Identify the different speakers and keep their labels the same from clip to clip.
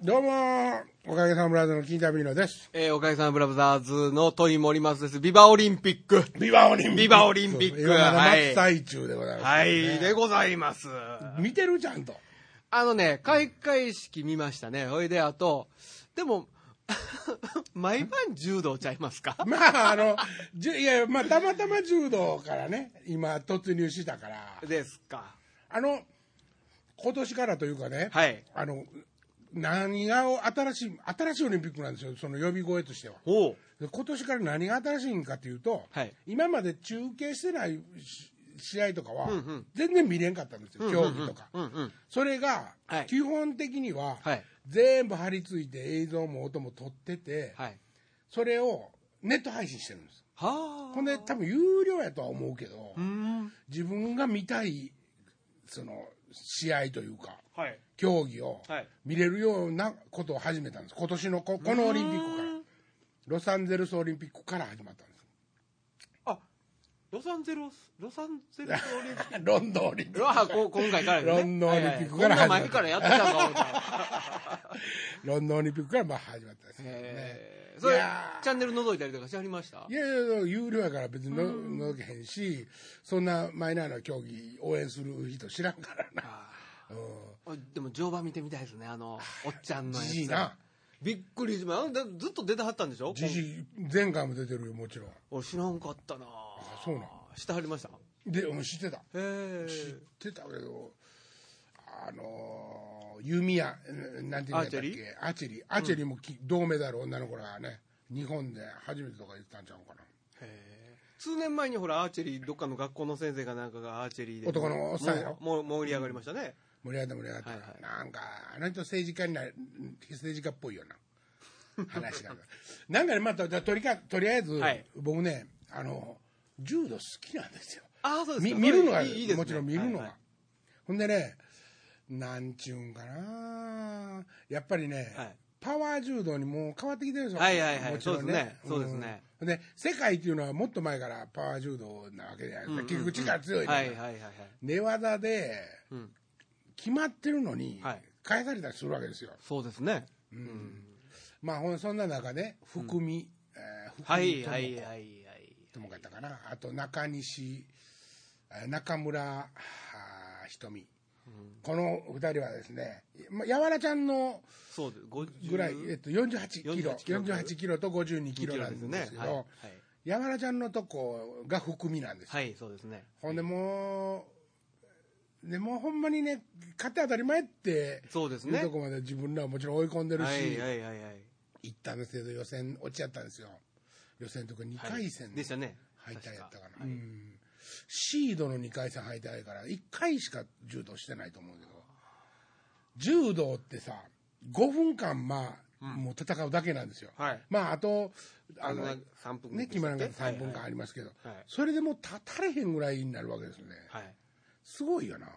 Speaker 1: どうもーおかげさまブラザーズの金田ビーノです。
Speaker 2: えー、おかげさまブラザーズの鳥森松です。ビバオリンピック。
Speaker 1: ビバオリンピック
Speaker 2: ビバオリンピック
Speaker 1: 今まだ
Speaker 2: はい
Speaker 1: 真っ最中でございます、
Speaker 2: はい、でございます。
Speaker 1: 見てるちゃんと。
Speaker 2: あのね、開会式見ましたね。ほいで、あと、でも、 毎晩柔道ちゃいますか
Speaker 1: まあ、あの、じゅいや、まあ、たまたま柔道からね、今突入したから、
Speaker 2: ですか。
Speaker 1: あの、今年からというかね、
Speaker 2: はい。
Speaker 1: あの、何がを新しい、新しいオリンピックなんですよ、その呼び声としては。
Speaker 2: おう。
Speaker 1: で今年から何が新しいんかというと、
Speaker 2: はい
Speaker 1: 今まで中継してないし試合とかは
Speaker 2: うんうん、
Speaker 1: 全然見れんかったんですよ、競技とか。
Speaker 2: うんうん。
Speaker 1: それが
Speaker 2: はい
Speaker 1: 基本的には
Speaker 2: はい
Speaker 1: 全部貼り付いて映像も音も撮ってて
Speaker 2: はい。
Speaker 1: それをネット配信してるんです
Speaker 2: はあ。
Speaker 1: ほんで多分有料やとは思うけど
Speaker 2: うーん。
Speaker 1: 自分が見たいその試合というか
Speaker 2: はい。
Speaker 1: 競技を
Speaker 2: はい
Speaker 1: 見れるようなことを始めたんです今年のここのオリンピックからロサンゼルスオリンピックから始まったんです
Speaker 2: あ、ロサンゼルス、ロサンゼルスオリンピック。
Speaker 1: ロンドンオリンピッ
Speaker 2: うわこ今回からですね。
Speaker 1: ロンドンオリンピックから
Speaker 2: はい
Speaker 1: 始ま
Speaker 2: はい
Speaker 1: っ
Speaker 2: こ
Speaker 1: た
Speaker 2: んな前からやってたんか思った
Speaker 1: クロンドンオリンピックからまあ始まったんですね
Speaker 2: えーそれ
Speaker 1: いやー
Speaker 2: チャンネル覗いたりとかしてはりました
Speaker 1: いやいやいや、有料やから別にののけへんし、そんなマイナーな競技応援する人知らんからな。
Speaker 2: あ
Speaker 1: う
Speaker 2: ーでも乗馬見てみたいですねあ のおっちゃんの
Speaker 1: ん。
Speaker 2: やつ
Speaker 1: じじいな。
Speaker 2: びっくりしましたあずっと出てはったんでしょ
Speaker 1: じじい、前回も出てるよ、もちろん。
Speaker 2: 俺知らんかったな
Speaker 1: そうなん
Speaker 2: してはりましたへ
Speaker 1: で、うん知ってた。
Speaker 2: え
Speaker 1: 知ってたけど、あのー、弓矢、んなんていうんだったっ
Speaker 2: アーチェリ
Speaker 1: け、アーチェリー。アーチェリーもき銅メダル、女の子らがね、日本で初めてとか言ってたんちゃうかな。
Speaker 2: 数年前にほらアーチェリーどっかの学校の先生かなんかがアーチェリーで
Speaker 1: 男のおっさんやろ
Speaker 2: もうもう盛り上がりましたね、
Speaker 1: 盛り上がった盛り上がった、
Speaker 2: はいはい
Speaker 1: なんかあの人政治家になる政治家っぽいよな話がなんかね またじゃあとりかとりあえず、
Speaker 2: はい
Speaker 1: 僕ねあの柔道好きなんですよ
Speaker 2: ああそうです
Speaker 1: み
Speaker 2: か
Speaker 1: 見るのが
Speaker 2: いいいいですね
Speaker 1: もちろん見るのが、
Speaker 2: はいはい
Speaker 1: ほんでねなんちゅうんかなやっぱりね、
Speaker 2: はい
Speaker 1: パワー柔道にもう変わってきてるんですよ、
Speaker 2: はいはいはい
Speaker 1: もちろん
Speaker 2: そうですねそうですね
Speaker 1: うんほんで世界っていうのはもっと前からパワー柔道なわけじゃないですか、結局力強いね、
Speaker 2: はいはいはいはい
Speaker 1: 寝技で
Speaker 2: うん
Speaker 1: 決まってるのに
Speaker 2: はい
Speaker 1: 返されたりするわけですよ、
Speaker 2: そうですね
Speaker 1: まあほんそんな中ね福見、えー
Speaker 2: は
Speaker 1: 福
Speaker 2: い
Speaker 1: 見智
Speaker 2: はいはいはい
Speaker 1: 子智子やったかなあと中西えー中村あー瞳、この二人はですね、まあ、やわらちゃんの
Speaker 2: そうです50
Speaker 1: ぐらい、えっと、48キロ
Speaker 2: 48キロ
Speaker 1: 48キロと52キロなんですけど
Speaker 2: はいはい
Speaker 1: やわらちゃんのとこが福見なんですよ
Speaker 2: はい、そうですね。
Speaker 1: ほんでもう、でもうほんまにね、勝って当たり前って、
Speaker 2: そうです
Speaker 1: い
Speaker 2: ね。
Speaker 1: うとこまで自分らはもちろん追い込んでるし、
Speaker 2: はいはいはいはい。
Speaker 1: 行ったんですけど、予選落ちちゃったんですよ。予選とか2回戦
Speaker 2: でしたね。
Speaker 1: 敗退やったかな。
Speaker 2: 確
Speaker 1: うんシードの2回戦敗退やから、1回しか柔道してないと思うけど、柔道ってさ、5分間、まあ、もう戦うだけなんですよ。
Speaker 2: はい。
Speaker 1: まあ、あと、あ
Speaker 2: あ
Speaker 1: の
Speaker 2: の、、3分
Speaker 1: ね、決まらんかった
Speaker 2: はい
Speaker 1: 3分間ありますけど、
Speaker 2: はいはい
Speaker 1: それでもう立たれへんぐらいになるわけですよね。
Speaker 2: はい。
Speaker 1: すごいよな。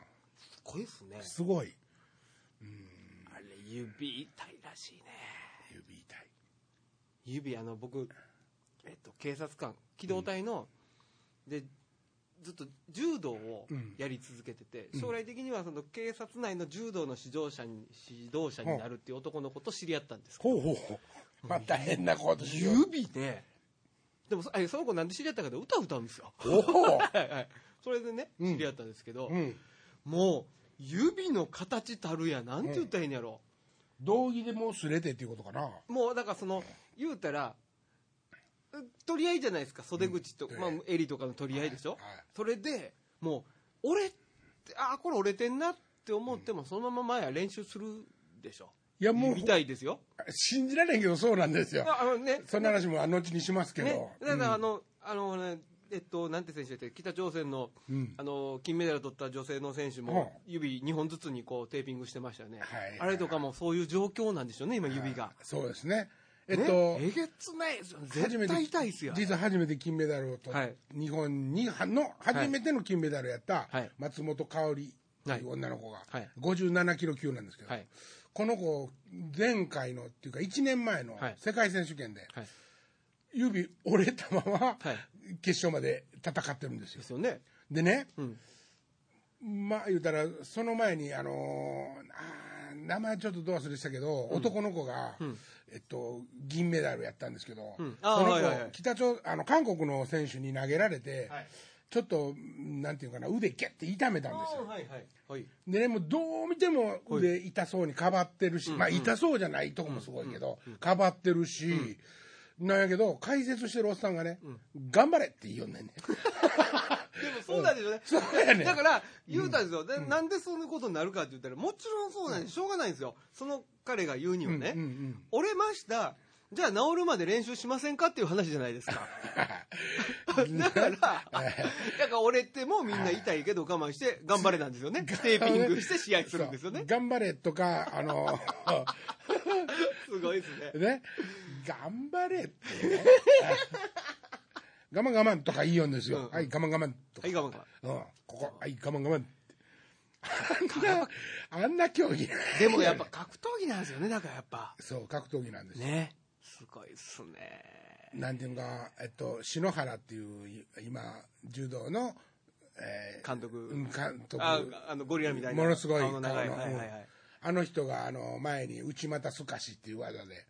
Speaker 2: こいですね。
Speaker 1: すごい。
Speaker 2: あれ、指痛いらしいね。
Speaker 1: 指痛い。
Speaker 2: 指、あの、僕、えっと、警察官、機動隊の、で、ずっと柔道を
Speaker 1: うん
Speaker 2: やり続けてて、将来的にはその警察内の柔道の指導者に、指導者になるっていう男の子と知り合ったんですけど
Speaker 1: ほうほうほう。 また変なことしよう。
Speaker 2: 指ねでもそあその子なんで知り合ったかで歌歌うんですよ
Speaker 1: おほ
Speaker 2: はいはいそれでね
Speaker 1: うん
Speaker 2: 知り合ったんですけど、
Speaker 1: うん。
Speaker 2: もう指の形たるやなんて言ったらいいんやろ、
Speaker 1: 道着でもうすれてっていうことかな。
Speaker 2: もうだからその言うたらう取り合いじゃないですか袖口と、
Speaker 1: うん
Speaker 2: まあ、襟とかの取り合いでしょ、
Speaker 1: はいはい
Speaker 2: それでもう折れってああこれ折れてんなって思ってもそのまま前は練習するでしょ
Speaker 1: いやもう
Speaker 2: み、たいですよ
Speaker 1: 信じられんけどそうなんですよ。
Speaker 2: ああのね
Speaker 1: そんな話も後にしますけど。
Speaker 2: ね、だからあの、あのね、えっと、なんて選手だって、北朝鮮の、
Speaker 1: うん
Speaker 2: あの金メダル取った女性の選手
Speaker 1: はあ
Speaker 2: も、指2本ずつにこうテーピングしてましたよね、
Speaker 1: はい
Speaker 2: あれとかもそういう状況なんでしょうね、今、指が。
Speaker 1: そうですね。え
Speaker 2: え
Speaker 1: っと、
Speaker 2: えげつないですよ、
Speaker 1: 初め
Speaker 2: 絶
Speaker 1: て
Speaker 2: 対痛いですよ、
Speaker 1: 実は初めて金メダルを取っ
Speaker 2: はい
Speaker 1: 日本にはの初めての金メダルやった
Speaker 2: はい
Speaker 1: 松本香織という女の子が
Speaker 2: はい
Speaker 1: 57キロ級なんですけど、
Speaker 2: はい
Speaker 1: この子前回のっていうか1年前の
Speaker 2: はい
Speaker 1: 世界選手権で
Speaker 2: はい、
Speaker 1: 指折れたまま
Speaker 2: はい
Speaker 1: 決勝まで戦ってるんですよ
Speaker 2: で。すよね、
Speaker 1: でね、
Speaker 2: うん
Speaker 1: まあ言うたらその前にあのーあー名前ちょっとど忘れしたけど、男の子が、えっと、銀メダルやったんですけど、
Speaker 2: ん
Speaker 1: そ
Speaker 2: あ
Speaker 1: の子、
Speaker 2: はいはいはい
Speaker 1: 北朝あの韓国の選手に投げられて、
Speaker 2: はい
Speaker 1: ちょっとなんていうかな腕ギャッて痛めたんですよ
Speaker 2: はいはいはい
Speaker 1: でねもうどう見ても腕痛そうにかばってるし、まあ痛そうじゃないとこもすごいけど、かばってるし、なんやけど解説してるおっさんがね、頑張れって言いよんねんね
Speaker 2: でもそうなんですよね、
Speaker 1: そうやねん
Speaker 2: だから言うたんですよ、でなんでそんなことになるかって言ったらもちろんそうなんですしょうがないんですよその彼が言うにはね、
Speaker 1: うんうんうん
Speaker 2: 折れましたじゃあ治るまで練習しませんかっていう話じゃないです かだからだから折れてもみんな痛いけど我慢して頑張れなんです よねテーピングして試合するんですよね
Speaker 1: 頑張れとか、あ の、
Speaker 2: すごいで すね
Speaker 1: ね、頑張れって ね。我慢我慢とか言いよんですよ。
Speaker 2: うん
Speaker 1: はい、我慢我慢とか。
Speaker 2: はい我慢我
Speaker 1: うん、ここ、はい、我慢我 慢。あんな、あんな競技。
Speaker 2: でもやっぱ格闘技なんですよねだからやっぱ
Speaker 1: そう、格闘技なんですよ。
Speaker 2: ねすごいっすね
Speaker 1: なんていうのか、えっと、篠原っていう、今、柔道の、え
Speaker 2: 監督、
Speaker 1: ー、うん監督。
Speaker 2: ああのゴリラみたいな
Speaker 1: ものすごい
Speaker 2: 顔の長い
Speaker 1: 顔の
Speaker 2: はいはいは
Speaker 1: う
Speaker 2: い
Speaker 1: んあの人があの前に内股すかしっていう技で、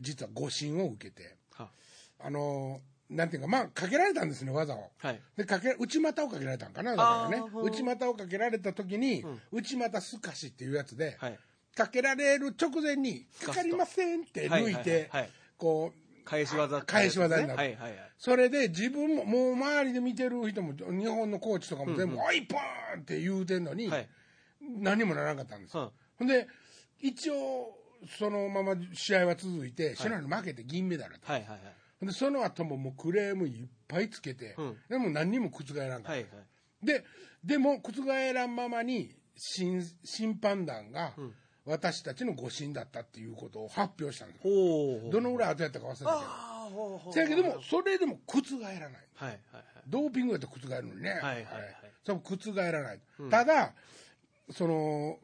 Speaker 1: 実は誤審を受けて、
Speaker 2: は
Speaker 1: あのなんていうか、まあ、かけられたんですね、技を。
Speaker 2: はい
Speaker 1: でかけ内股をかけられたんかな、だからね
Speaker 2: あー、ほう
Speaker 1: 内股をかけられた時に、内股すかしっていうやつで、
Speaker 2: はい
Speaker 1: かけられる直前に、
Speaker 2: かすと
Speaker 1: かかりませんって抜いて
Speaker 2: はいはいはいはい、
Speaker 1: こう、
Speaker 2: 返し技って
Speaker 1: 返し技になる
Speaker 2: はいはいはい
Speaker 1: それで自分も、もう周りで見てる人も、日本のコーチとかも全部、おい、ポーンって言うてんのに、
Speaker 2: はい
Speaker 1: 何もならなかったんです
Speaker 2: うん
Speaker 1: よ。ほんで、一応、そのまま試合は続いて、篠原に負けて銀メダルだった。
Speaker 2: はいはいはい
Speaker 1: ほんで、その後ももうクレームいっぱいつけて、
Speaker 2: うん
Speaker 1: でも何にも覆らんかった。
Speaker 2: はいはい
Speaker 1: で、でも覆らんままに審、審判団が、私たちの誤審だったっていうことを発表したんですよ。
Speaker 2: ほう
Speaker 1: どのぐらい後やったか忘れたけど。
Speaker 2: ああほうほう
Speaker 1: せやけども、それでも覆らない。
Speaker 2: はいはいはい
Speaker 1: ドーピングやと覆るのにね、
Speaker 2: はいはいはい
Speaker 1: それも覆らない、ただ、その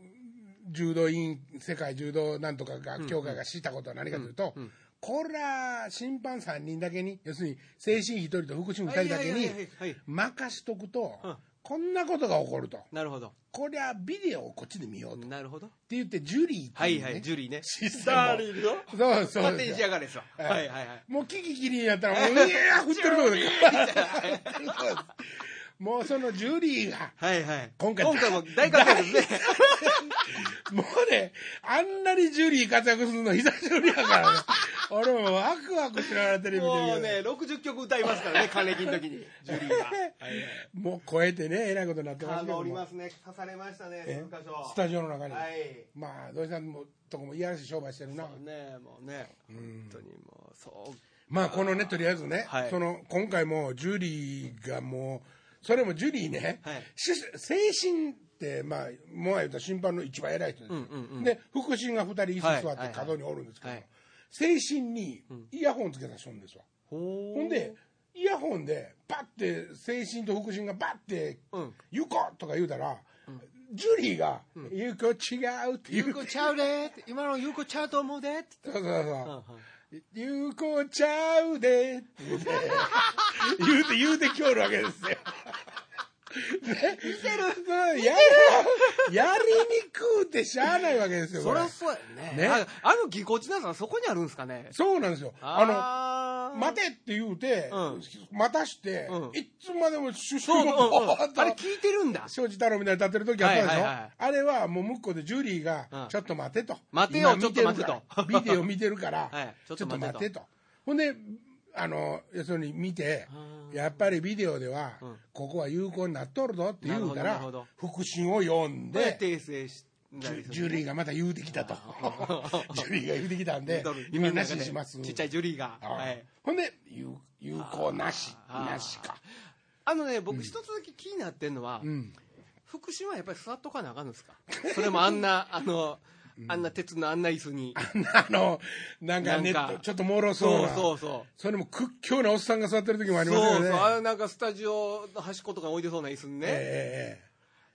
Speaker 1: 柔道委員、世界柔道なんとかが、協会がしたことは何かというと、こら、審判3人だけに、要するに精神1人と福祉2人だけ
Speaker 2: は
Speaker 1: に
Speaker 2: いはいはいはいはい
Speaker 1: 任しとくと、
Speaker 2: うん
Speaker 1: こんなことが起こると、
Speaker 2: なるほど
Speaker 1: こりゃ、ビデオをこっちで見ようと。って
Speaker 2: なるほど
Speaker 1: 言って、ジュリーって
Speaker 2: は
Speaker 1: いう
Speaker 2: い
Speaker 1: ね
Speaker 2: はいジュリーね
Speaker 1: システムを
Speaker 2: ダーリンよ
Speaker 1: そうそう
Speaker 2: 勝手に仕上がれですわ
Speaker 1: ええ
Speaker 2: はいはいはい
Speaker 1: もうキキキリンやったら、もう、いや、振ってるとこ で。 もうそのジュリーが、
Speaker 2: はいはい
Speaker 1: 今回
Speaker 2: も大活躍ですね
Speaker 1: もうね、あんなにジュリー活躍するの久しぶりやからね。 俺もワクワクしながらテレビで見
Speaker 2: も
Speaker 1: る
Speaker 2: うね60曲歌いますからね還暦の時にジュリーがはいはい
Speaker 1: もう超えてね、えらいことになってますけども
Speaker 2: 香りますね刺されましたね
Speaker 1: え
Speaker 2: 数箇所
Speaker 1: スタジオの中に。
Speaker 2: はい
Speaker 1: まあ、土井さんもとこもいやらしい商売してるな。
Speaker 2: ねもうね本当にもうそう
Speaker 1: まあ、このね、とりあえずね、
Speaker 2: はい
Speaker 1: その、今回もジュリーがもう、それもジュリーね、
Speaker 2: はい
Speaker 1: し精神って、まあ、もはや言うたら審判の一番偉い人ですよ、で、副審が二人椅子座
Speaker 2: はいはい
Speaker 1: っ
Speaker 2: はい
Speaker 1: て角におるんですけど、
Speaker 2: はい
Speaker 1: 精神にイヤホンつけた人なんですわ。
Speaker 2: ほ
Speaker 1: ほんで、イヤホンで、バッて、精神と副審がバッて、
Speaker 2: うん
Speaker 1: 行こうとか言うたら、ジュリーが、行こう違うって言う
Speaker 2: 有効ちゃうでって今の有効ちゃうと思うでって
Speaker 1: そうそうそう。
Speaker 2: は
Speaker 1: 言うこちゃうでっ て言うて、言うて、言うてきょるわけですよ。ね、見てるやり、やりにくうてしゃあないわけですよ、こ
Speaker 2: そり
Speaker 1: れ
Speaker 2: ゃ。そうやね
Speaker 1: ね
Speaker 2: ああのぎこちなさはそこにあるんですかね
Speaker 1: そうなんですよ。あ
Speaker 2: あ
Speaker 1: の、
Speaker 2: ー
Speaker 1: 待てって言うて、
Speaker 2: う
Speaker 1: 待たして、
Speaker 2: うん
Speaker 1: いつまでも主
Speaker 2: そう
Speaker 1: 張
Speaker 2: うんうん
Speaker 1: の ー
Speaker 2: うん
Speaker 1: っ
Speaker 2: あれ
Speaker 1: と、
Speaker 2: 聞いてるんだ
Speaker 1: 庄司太郎みたいに立ってる時あったでしょ、
Speaker 2: はいはいはい
Speaker 1: あれはもう向こうでジュリー
Speaker 2: うん
Speaker 1: が、ちょっと待てと。
Speaker 2: 待てよ
Speaker 1: 今見るから
Speaker 2: ちょっと待て
Speaker 1: ビ
Speaker 2: と
Speaker 1: デ オ見てるから、
Speaker 2: はいち
Speaker 1: ちょ
Speaker 2: ょっ
Speaker 1: っ
Speaker 2: と
Speaker 1: と
Speaker 2: 待
Speaker 1: 待
Speaker 2: てと
Speaker 1: てと。ほんで、あの、要するに見て、やっぱりビデオでは、ここは有効になっとるぞって言うか
Speaker 2: なる
Speaker 1: ら
Speaker 2: ほどなる、
Speaker 1: 腹心を読んで、
Speaker 2: 訂正しなりする
Speaker 1: ジュリーがまた言うてきた と。 ジュリーが言うてきたんで、今なしにします。
Speaker 2: ちっちゃいジュリーが
Speaker 1: は
Speaker 2: はいい
Speaker 1: ほんで、有有効なし、
Speaker 2: あー
Speaker 1: なしか。
Speaker 2: あのね僕一つだけ気になってんのは
Speaker 1: うん。
Speaker 2: 福島はやっぱり座っとかなあかんのですかそれもあんなあのあんな鉄のあんな椅子に
Speaker 1: あの、なんかネ
Speaker 2: な
Speaker 1: ッ
Speaker 2: んか
Speaker 1: ト、ちょっと脆そう
Speaker 2: そう
Speaker 1: な。
Speaker 2: そうそう
Speaker 1: それも屈強なおっさんが座ってる時もあります
Speaker 2: そ
Speaker 1: よ
Speaker 2: う
Speaker 1: ね。
Speaker 2: そう、あれなんかスタジオの端っことかに置いてそうな椅子にね。
Speaker 1: ええ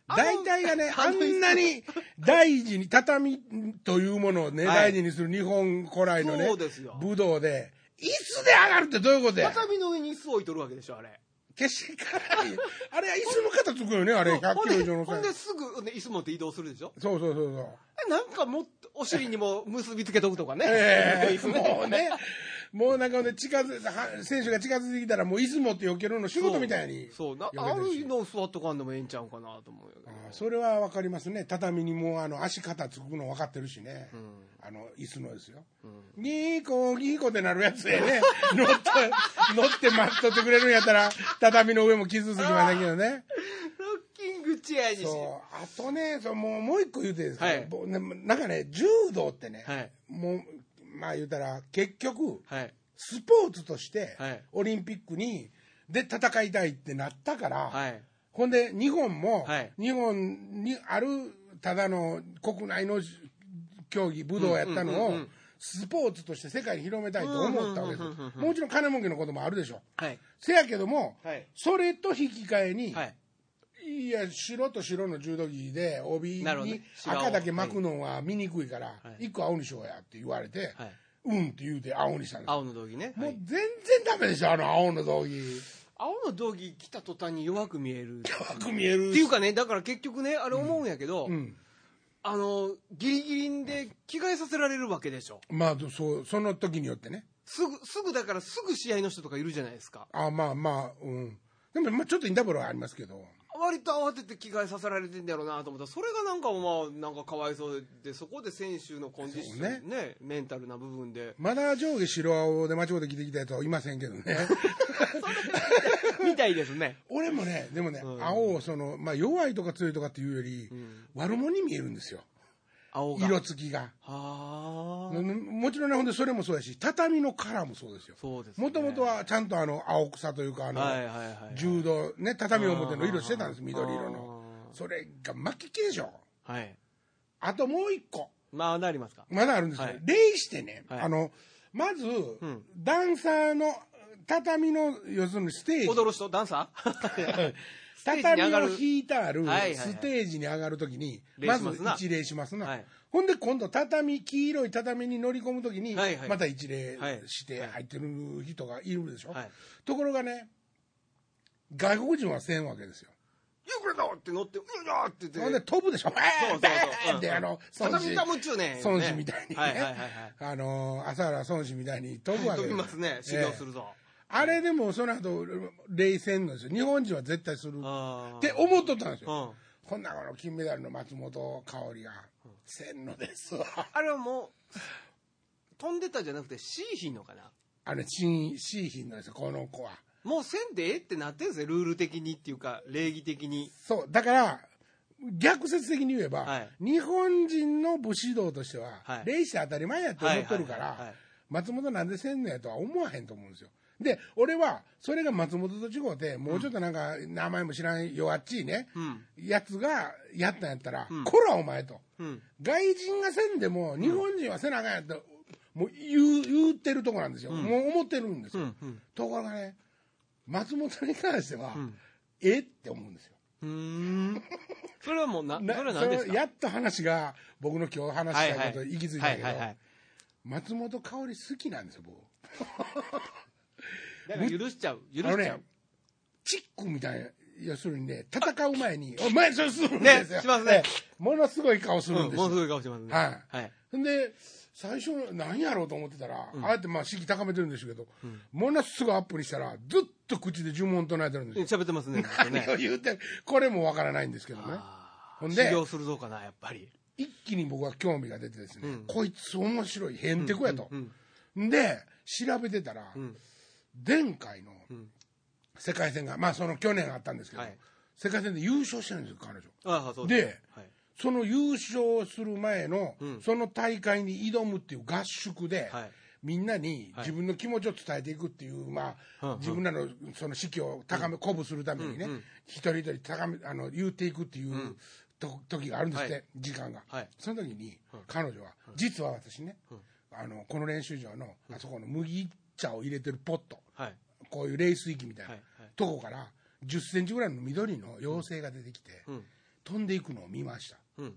Speaker 2: あの
Speaker 1: 大体がね、
Speaker 2: あ
Speaker 1: あ
Speaker 2: の椅子
Speaker 1: んな に大事に、畳というものをね、
Speaker 2: はい
Speaker 1: 大事にする日本古来のね
Speaker 2: そうですよ、
Speaker 1: 武道で、椅子で上がるってどういうことや
Speaker 2: 畳の上に椅子置いとるわけでしょ、あれ。
Speaker 1: 決して辛い。 あれは椅子の肩つくよね、あれ。100
Speaker 2: ほん
Speaker 1: キロ
Speaker 2: で
Speaker 1: 以上の
Speaker 2: ほん
Speaker 1: 肩
Speaker 2: で。すぐ、ね、椅子持って移動するでしょ
Speaker 1: そうそうそうそう。
Speaker 2: えなんかもっとお尻にも結びつけとくとかね、
Speaker 1: え
Speaker 2: 椅
Speaker 1: え
Speaker 2: 子ね
Speaker 1: もうね。もうなんかね、近づ、は選手が近づいてきたら、もう出雲って避けるの仕事みたいに。
Speaker 2: そうな
Speaker 1: 避けて
Speaker 2: あ
Speaker 1: るし
Speaker 2: るの座っとかんでもええんちゃうかなと思うよ
Speaker 1: ああそれはわかりますね。畳にもうあの足肩つくの分かってるしね。あの、椅子のですよ。ギーコギーコってなるやつやね。 乗って、乗って待っとってくれるんやったら、畳の上も傷つきませんけどね。
Speaker 2: ロッキングチェアにし
Speaker 1: そう。あとね、そうもうもう一個言うていいですか、
Speaker 2: はい
Speaker 1: ぼねなんかね、柔道ってね、
Speaker 2: はい
Speaker 1: もう、まあ言うたら、結局、
Speaker 2: はい
Speaker 1: スポーツとして
Speaker 2: はい、
Speaker 1: オリンピックに、で戦いたいってなったから、
Speaker 2: はい
Speaker 1: ほんで、日本も、
Speaker 2: はい
Speaker 1: 日本にあるただの国内の競技、武道やったのを、スポーツとして世界に広めたいと思ったわけです
Speaker 2: うんうんうんうんうんう
Speaker 1: よ。もちろん金儲けのこともあるでしょ。
Speaker 2: はい
Speaker 1: せやけども、
Speaker 2: はい
Speaker 1: それと引き換えに、
Speaker 2: はい
Speaker 1: い、や、白と白の柔道着で帯
Speaker 2: なるほど
Speaker 1: に
Speaker 2: ね白を
Speaker 1: 赤だけ巻くのは見にくいから、
Speaker 2: はい
Speaker 1: 一個青にしようやって言われて、
Speaker 2: はい
Speaker 1: うんって言うて青にしたんです。
Speaker 2: 青の道着ね、
Speaker 1: も
Speaker 2: は
Speaker 1: う
Speaker 2: い
Speaker 1: 全然ダメでしょ、あの青の道着。
Speaker 2: 青の道着着た途端に弱く見えるっ
Speaker 1: 弱く見える
Speaker 2: ていうかねだから結局ねあれ思うんやけど、
Speaker 1: うん。
Speaker 2: あのギリギリで着替えさせられるわけでしょ
Speaker 1: まあ、そう、その時によってね。
Speaker 2: すぐすぐだからすぐ試合の人とかいるじゃないですか
Speaker 1: あまあまあ、うん。でも、まあ、ちょっとインターバルはありますけど。
Speaker 2: 割と慌てて着替えさせられてんだろうなと思ったらそれがなんかまあなんかかわいそうでそこで選手のコンディション
Speaker 1: そうね
Speaker 2: ねメンタルな部分 で
Speaker 1: まだ上下白青で間違って着てきたやつはいませんけど ね。
Speaker 2: みたいですね
Speaker 1: 俺もね、でもね、
Speaker 2: うん
Speaker 1: 青をその、まあ、弱いとか強いとかっていうより、悪者に見えるんですよ。
Speaker 2: 青が
Speaker 1: 色付きが。
Speaker 2: はあ
Speaker 1: ももちろんね、ほんでそれもそうやし、畳のカラーもそうですよ。
Speaker 2: そうですね
Speaker 1: もともとはちゃんとあの、青草というか、あの、
Speaker 2: はいはいはい
Speaker 1: 柔道、ね、畳表の色してたんです、
Speaker 2: あー
Speaker 1: 緑色の。それが巻ききでしょ。
Speaker 2: はい
Speaker 1: あともう一個。
Speaker 2: まあなりますか
Speaker 1: まだあるんですけど、
Speaker 2: はい
Speaker 1: 例してね、
Speaker 2: はい
Speaker 1: あの、まず、
Speaker 2: ん
Speaker 1: ダンサーの、畳の、要するにステージ、
Speaker 2: 踊る人ダンサ ーテージに上
Speaker 1: 畳
Speaker 2: が
Speaker 1: を
Speaker 2: る
Speaker 1: 引いてある
Speaker 2: はいはいはい
Speaker 1: ステージに上がるときに、
Speaker 2: 礼
Speaker 1: ま
Speaker 2: しますな
Speaker 1: ず一礼しますな。
Speaker 2: はい
Speaker 1: ほんで今度畳、黄色い畳に乗り込むときに
Speaker 2: はいは、い
Speaker 1: また一礼
Speaker 2: はい
Speaker 1: して入ってる人がいるでしょ、
Speaker 2: はい
Speaker 1: ところがね、外国人はせんわけですよ。
Speaker 2: ゆうくれだって乗ってうやーって
Speaker 1: ほん
Speaker 2: 言っ
Speaker 1: で
Speaker 2: て
Speaker 1: 飛ぶでしょ、
Speaker 2: そうそうそう
Speaker 1: で、あの、孫
Speaker 2: 畳
Speaker 1: 子
Speaker 2: だもんちゅうねん
Speaker 1: 孫子みたいにね、
Speaker 2: はいはいはい
Speaker 1: あのー、朝原孫子みたいに飛ぶ
Speaker 2: は
Speaker 1: わ
Speaker 2: い
Speaker 1: け
Speaker 2: 飛
Speaker 1: です
Speaker 2: び
Speaker 1: よ
Speaker 2: ますね修行するぞ
Speaker 1: あれでもその後、冷戦なんですよ。日本人は絶対する。
Speaker 2: あー
Speaker 1: って思っとったんです
Speaker 2: う
Speaker 1: よ。
Speaker 2: ん
Speaker 1: こんなの金メダルの松本香織が、せんのですわ。
Speaker 2: あれはもう、飛んでたじゃなくて、しいひんのかな。
Speaker 1: あれ、チン、シーヒンのですよ、この子は。
Speaker 2: もうせんでええってなってるんですね、ルール的にっていうか、礼儀的に。
Speaker 1: そう、だから、逆説的に言えば、
Speaker 2: はい
Speaker 1: 日本人の武士道としては、
Speaker 2: はい
Speaker 1: 礼して当たり前やって思っとるから、
Speaker 2: はいはいはいはい
Speaker 1: 松本なんでせんのやとは思わへんと思うんですよ。で、俺は、それが松本と違うて、もうちょっとなんか、名前も知らん弱っちいね、
Speaker 2: うん。
Speaker 1: やつがやったんやったら、
Speaker 2: うん
Speaker 1: こらお前と。
Speaker 2: うん。
Speaker 1: 外人がせんでも、日本人はせなあかんやったら、もう言う、言ってるとこなんですよ。もう思ってるんです
Speaker 2: う
Speaker 1: よ。
Speaker 2: ん。うん
Speaker 1: ところがね、松本に関しては、
Speaker 2: ん
Speaker 1: えって思うんですよ。
Speaker 2: うーん。それはもうな、そ
Speaker 1: な
Speaker 2: れは何です
Speaker 1: その
Speaker 2: か
Speaker 1: やっと話が僕の今日話したいことに行き着いたんやけど、
Speaker 2: はいはいはい
Speaker 1: 松本香織好きなんですよ僕
Speaker 2: だから許しちゃう。許し
Speaker 1: あの
Speaker 2: ちゃ
Speaker 1: ね
Speaker 2: う。
Speaker 1: チックみたいな要するにね戦う前にお前そうするん
Speaker 2: ね
Speaker 1: ですよ、
Speaker 2: しますね
Speaker 1: ものすごい顔する
Speaker 2: うんん、
Speaker 1: ですよ
Speaker 2: ものすごい顔してますね。
Speaker 1: はい
Speaker 2: はい。
Speaker 1: ほんで最初何やろうと思ってたら、ああやってまあ士気高めてるんでしょうけど、ものすごいアップにしたらずっと口で呪文唱えてるんですよ、
Speaker 2: 喋ってますね。ずっと
Speaker 1: 何
Speaker 2: ね
Speaker 1: を言うてこれもわからないんですけどね
Speaker 2: あ
Speaker 1: ほ
Speaker 2: ー
Speaker 1: ん
Speaker 2: 修
Speaker 1: で
Speaker 2: 行するぞかな、やっぱり。
Speaker 1: 一気に僕は興味が出てですね、
Speaker 2: うん
Speaker 1: こいつ面白いへんてこやと、
Speaker 2: うん。
Speaker 1: で調べてたら、
Speaker 2: うん。
Speaker 1: 前回の
Speaker 2: うん
Speaker 1: 世界戦がまあその去年あったんですけど、
Speaker 2: はい
Speaker 1: 世界戦で優勝してるんですよ彼女
Speaker 2: ああ、そう
Speaker 1: で
Speaker 2: はい。
Speaker 1: その優勝する前の、
Speaker 2: うん
Speaker 1: その大会に挑むっていう合宿で、
Speaker 2: はい
Speaker 1: みんなに
Speaker 2: はい
Speaker 1: 自分の気持ちを伝えていくっていう、まあ、
Speaker 2: うんうん
Speaker 1: 自分らのその士気を高め、鼓舞するためにね、
Speaker 2: うんうん
Speaker 1: 一人一人高めあの言っていくっていう、と時があるんですって、
Speaker 2: は
Speaker 1: 時間が、
Speaker 2: はい
Speaker 1: その時に、彼女は、実は私ね、
Speaker 2: うん
Speaker 1: あのこの練習場のあそこの麦茶を入れてるポット、
Speaker 2: はい。
Speaker 1: こういう冷水器みたいな、
Speaker 2: はいはい
Speaker 1: とこから10センチぐらいの緑の妖精が出てきて、
Speaker 2: うん。
Speaker 1: 飛んでいくのを見ました。
Speaker 2: うん。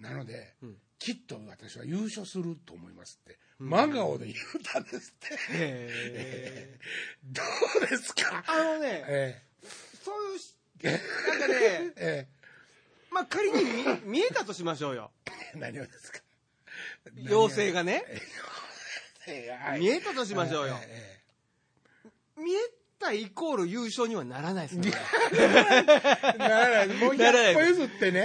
Speaker 1: なので、
Speaker 2: うん
Speaker 1: きっと私は優勝すると思いますって、真顔で言ったんですって。
Speaker 2: へ
Speaker 1: どうですか
Speaker 2: ーあのね、
Speaker 1: え
Speaker 2: そういうし、なんかね
Speaker 1: え、え
Speaker 2: まあ、仮に見見えたとしましょうよ。
Speaker 1: え何をですか
Speaker 2: 妖精がね、見
Speaker 1: え
Speaker 2: えたとしましょうよ。見えたイコール優勝にはなら ないですね。
Speaker 1: ならない。もう
Speaker 2: ならな
Speaker 1: 100
Speaker 2: い
Speaker 1: 歩譲って
Speaker 2: ええ
Speaker 1: ね。
Speaker 2: ええ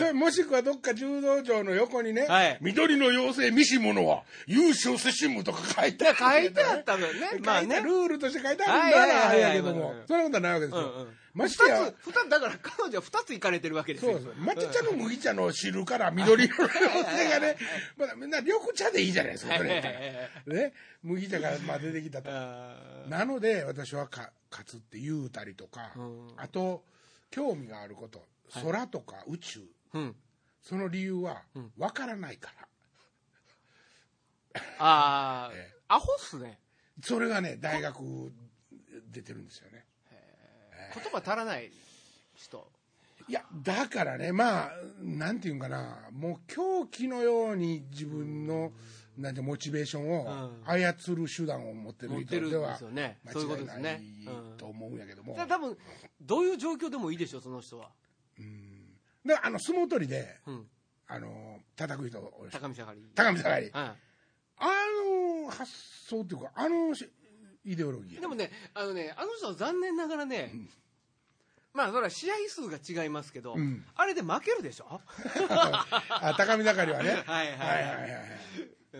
Speaker 1: そ
Speaker 2: ええ
Speaker 1: れもしくはどっか柔道場の横にね、
Speaker 2: はい
Speaker 1: 緑の妖精見し者は優勝せしむとか書いてある
Speaker 2: 書いてあ
Speaker 1: る
Speaker 2: ったのよね。ま
Speaker 1: ま
Speaker 2: あ
Speaker 1: あね、
Speaker 2: ね
Speaker 1: ル。ールとして書いてあるんだらあ
Speaker 2: はい
Speaker 1: れや
Speaker 2: はいはいはい
Speaker 1: けど
Speaker 2: う
Speaker 1: も
Speaker 2: んうん、
Speaker 1: そんなことはないわけです
Speaker 2: うんう
Speaker 1: よ。
Speaker 2: ん
Speaker 1: ま
Speaker 2: 二
Speaker 1: し
Speaker 2: つ
Speaker 1: てや、、
Speaker 2: 二つ、だから彼女は二つ行かれてるわけです
Speaker 1: そう
Speaker 2: よ。
Speaker 1: そう。抹茶の麦茶の汁から緑色の妖精がね、まだみんな緑茶でいいじゃないですか、それやったら
Speaker 2: え
Speaker 1: ね、麦茶がまあ出てきた
Speaker 2: え
Speaker 1: と。
Speaker 2: あー
Speaker 1: なので私はか勝つって言うたりとか、
Speaker 2: うん
Speaker 1: あと興味があること空とか宇宙、
Speaker 2: うん。
Speaker 1: その理由は
Speaker 2: ん
Speaker 1: わからないから、
Speaker 2: ああ
Speaker 1: ええ、
Speaker 2: アホっすね。
Speaker 1: それがね大学出てるんですよね
Speaker 2: 言葉足らない人。
Speaker 1: いやだからねまあなんていうんかなもう狂気のように自分の、なんてモチベーションを
Speaker 2: うん
Speaker 1: 操る手段を持って
Speaker 2: 持
Speaker 1: る
Speaker 2: って
Speaker 1: 人
Speaker 2: るん
Speaker 1: では
Speaker 2: ですよね。
Speaker 1: 間
Speaker 2: そういうこ
Speaker 1: 違
Speaker 2: と
Speaker 1: い
Speaker 2: です
Speaker 1: な
Speaker 2: ね
Speaker 1: い。
Speaker 2: うん
Speaker 1: と思うんやけども、
Speaker 2: た多分どういう状況でもいいでしょうその人は、
Speaker 1: であの相撲取りで
Speaker 2: うん、
Speaker 1: あの叩く人おるでしょ
Speaker 2: 高見盛り、
Speaker 1: 高見盛り
Speaker 2: は
Speaker 1: あの発想っていうか、あのしイデオロギ
Speaker 2: い、
Speaker 1: ー。
Speaker 2: でもねあのねあの人は残念ながらね、まあそれは試合数が違いますけど、
Speaker 1: うん
Speaker 2: あれで負けるでしょ
Speaker 1: あ、高見盛りはね。
Speaker 2: はいはい
Speaker 1: は
Speaker 2: はいい
Speaker 1: はいはい。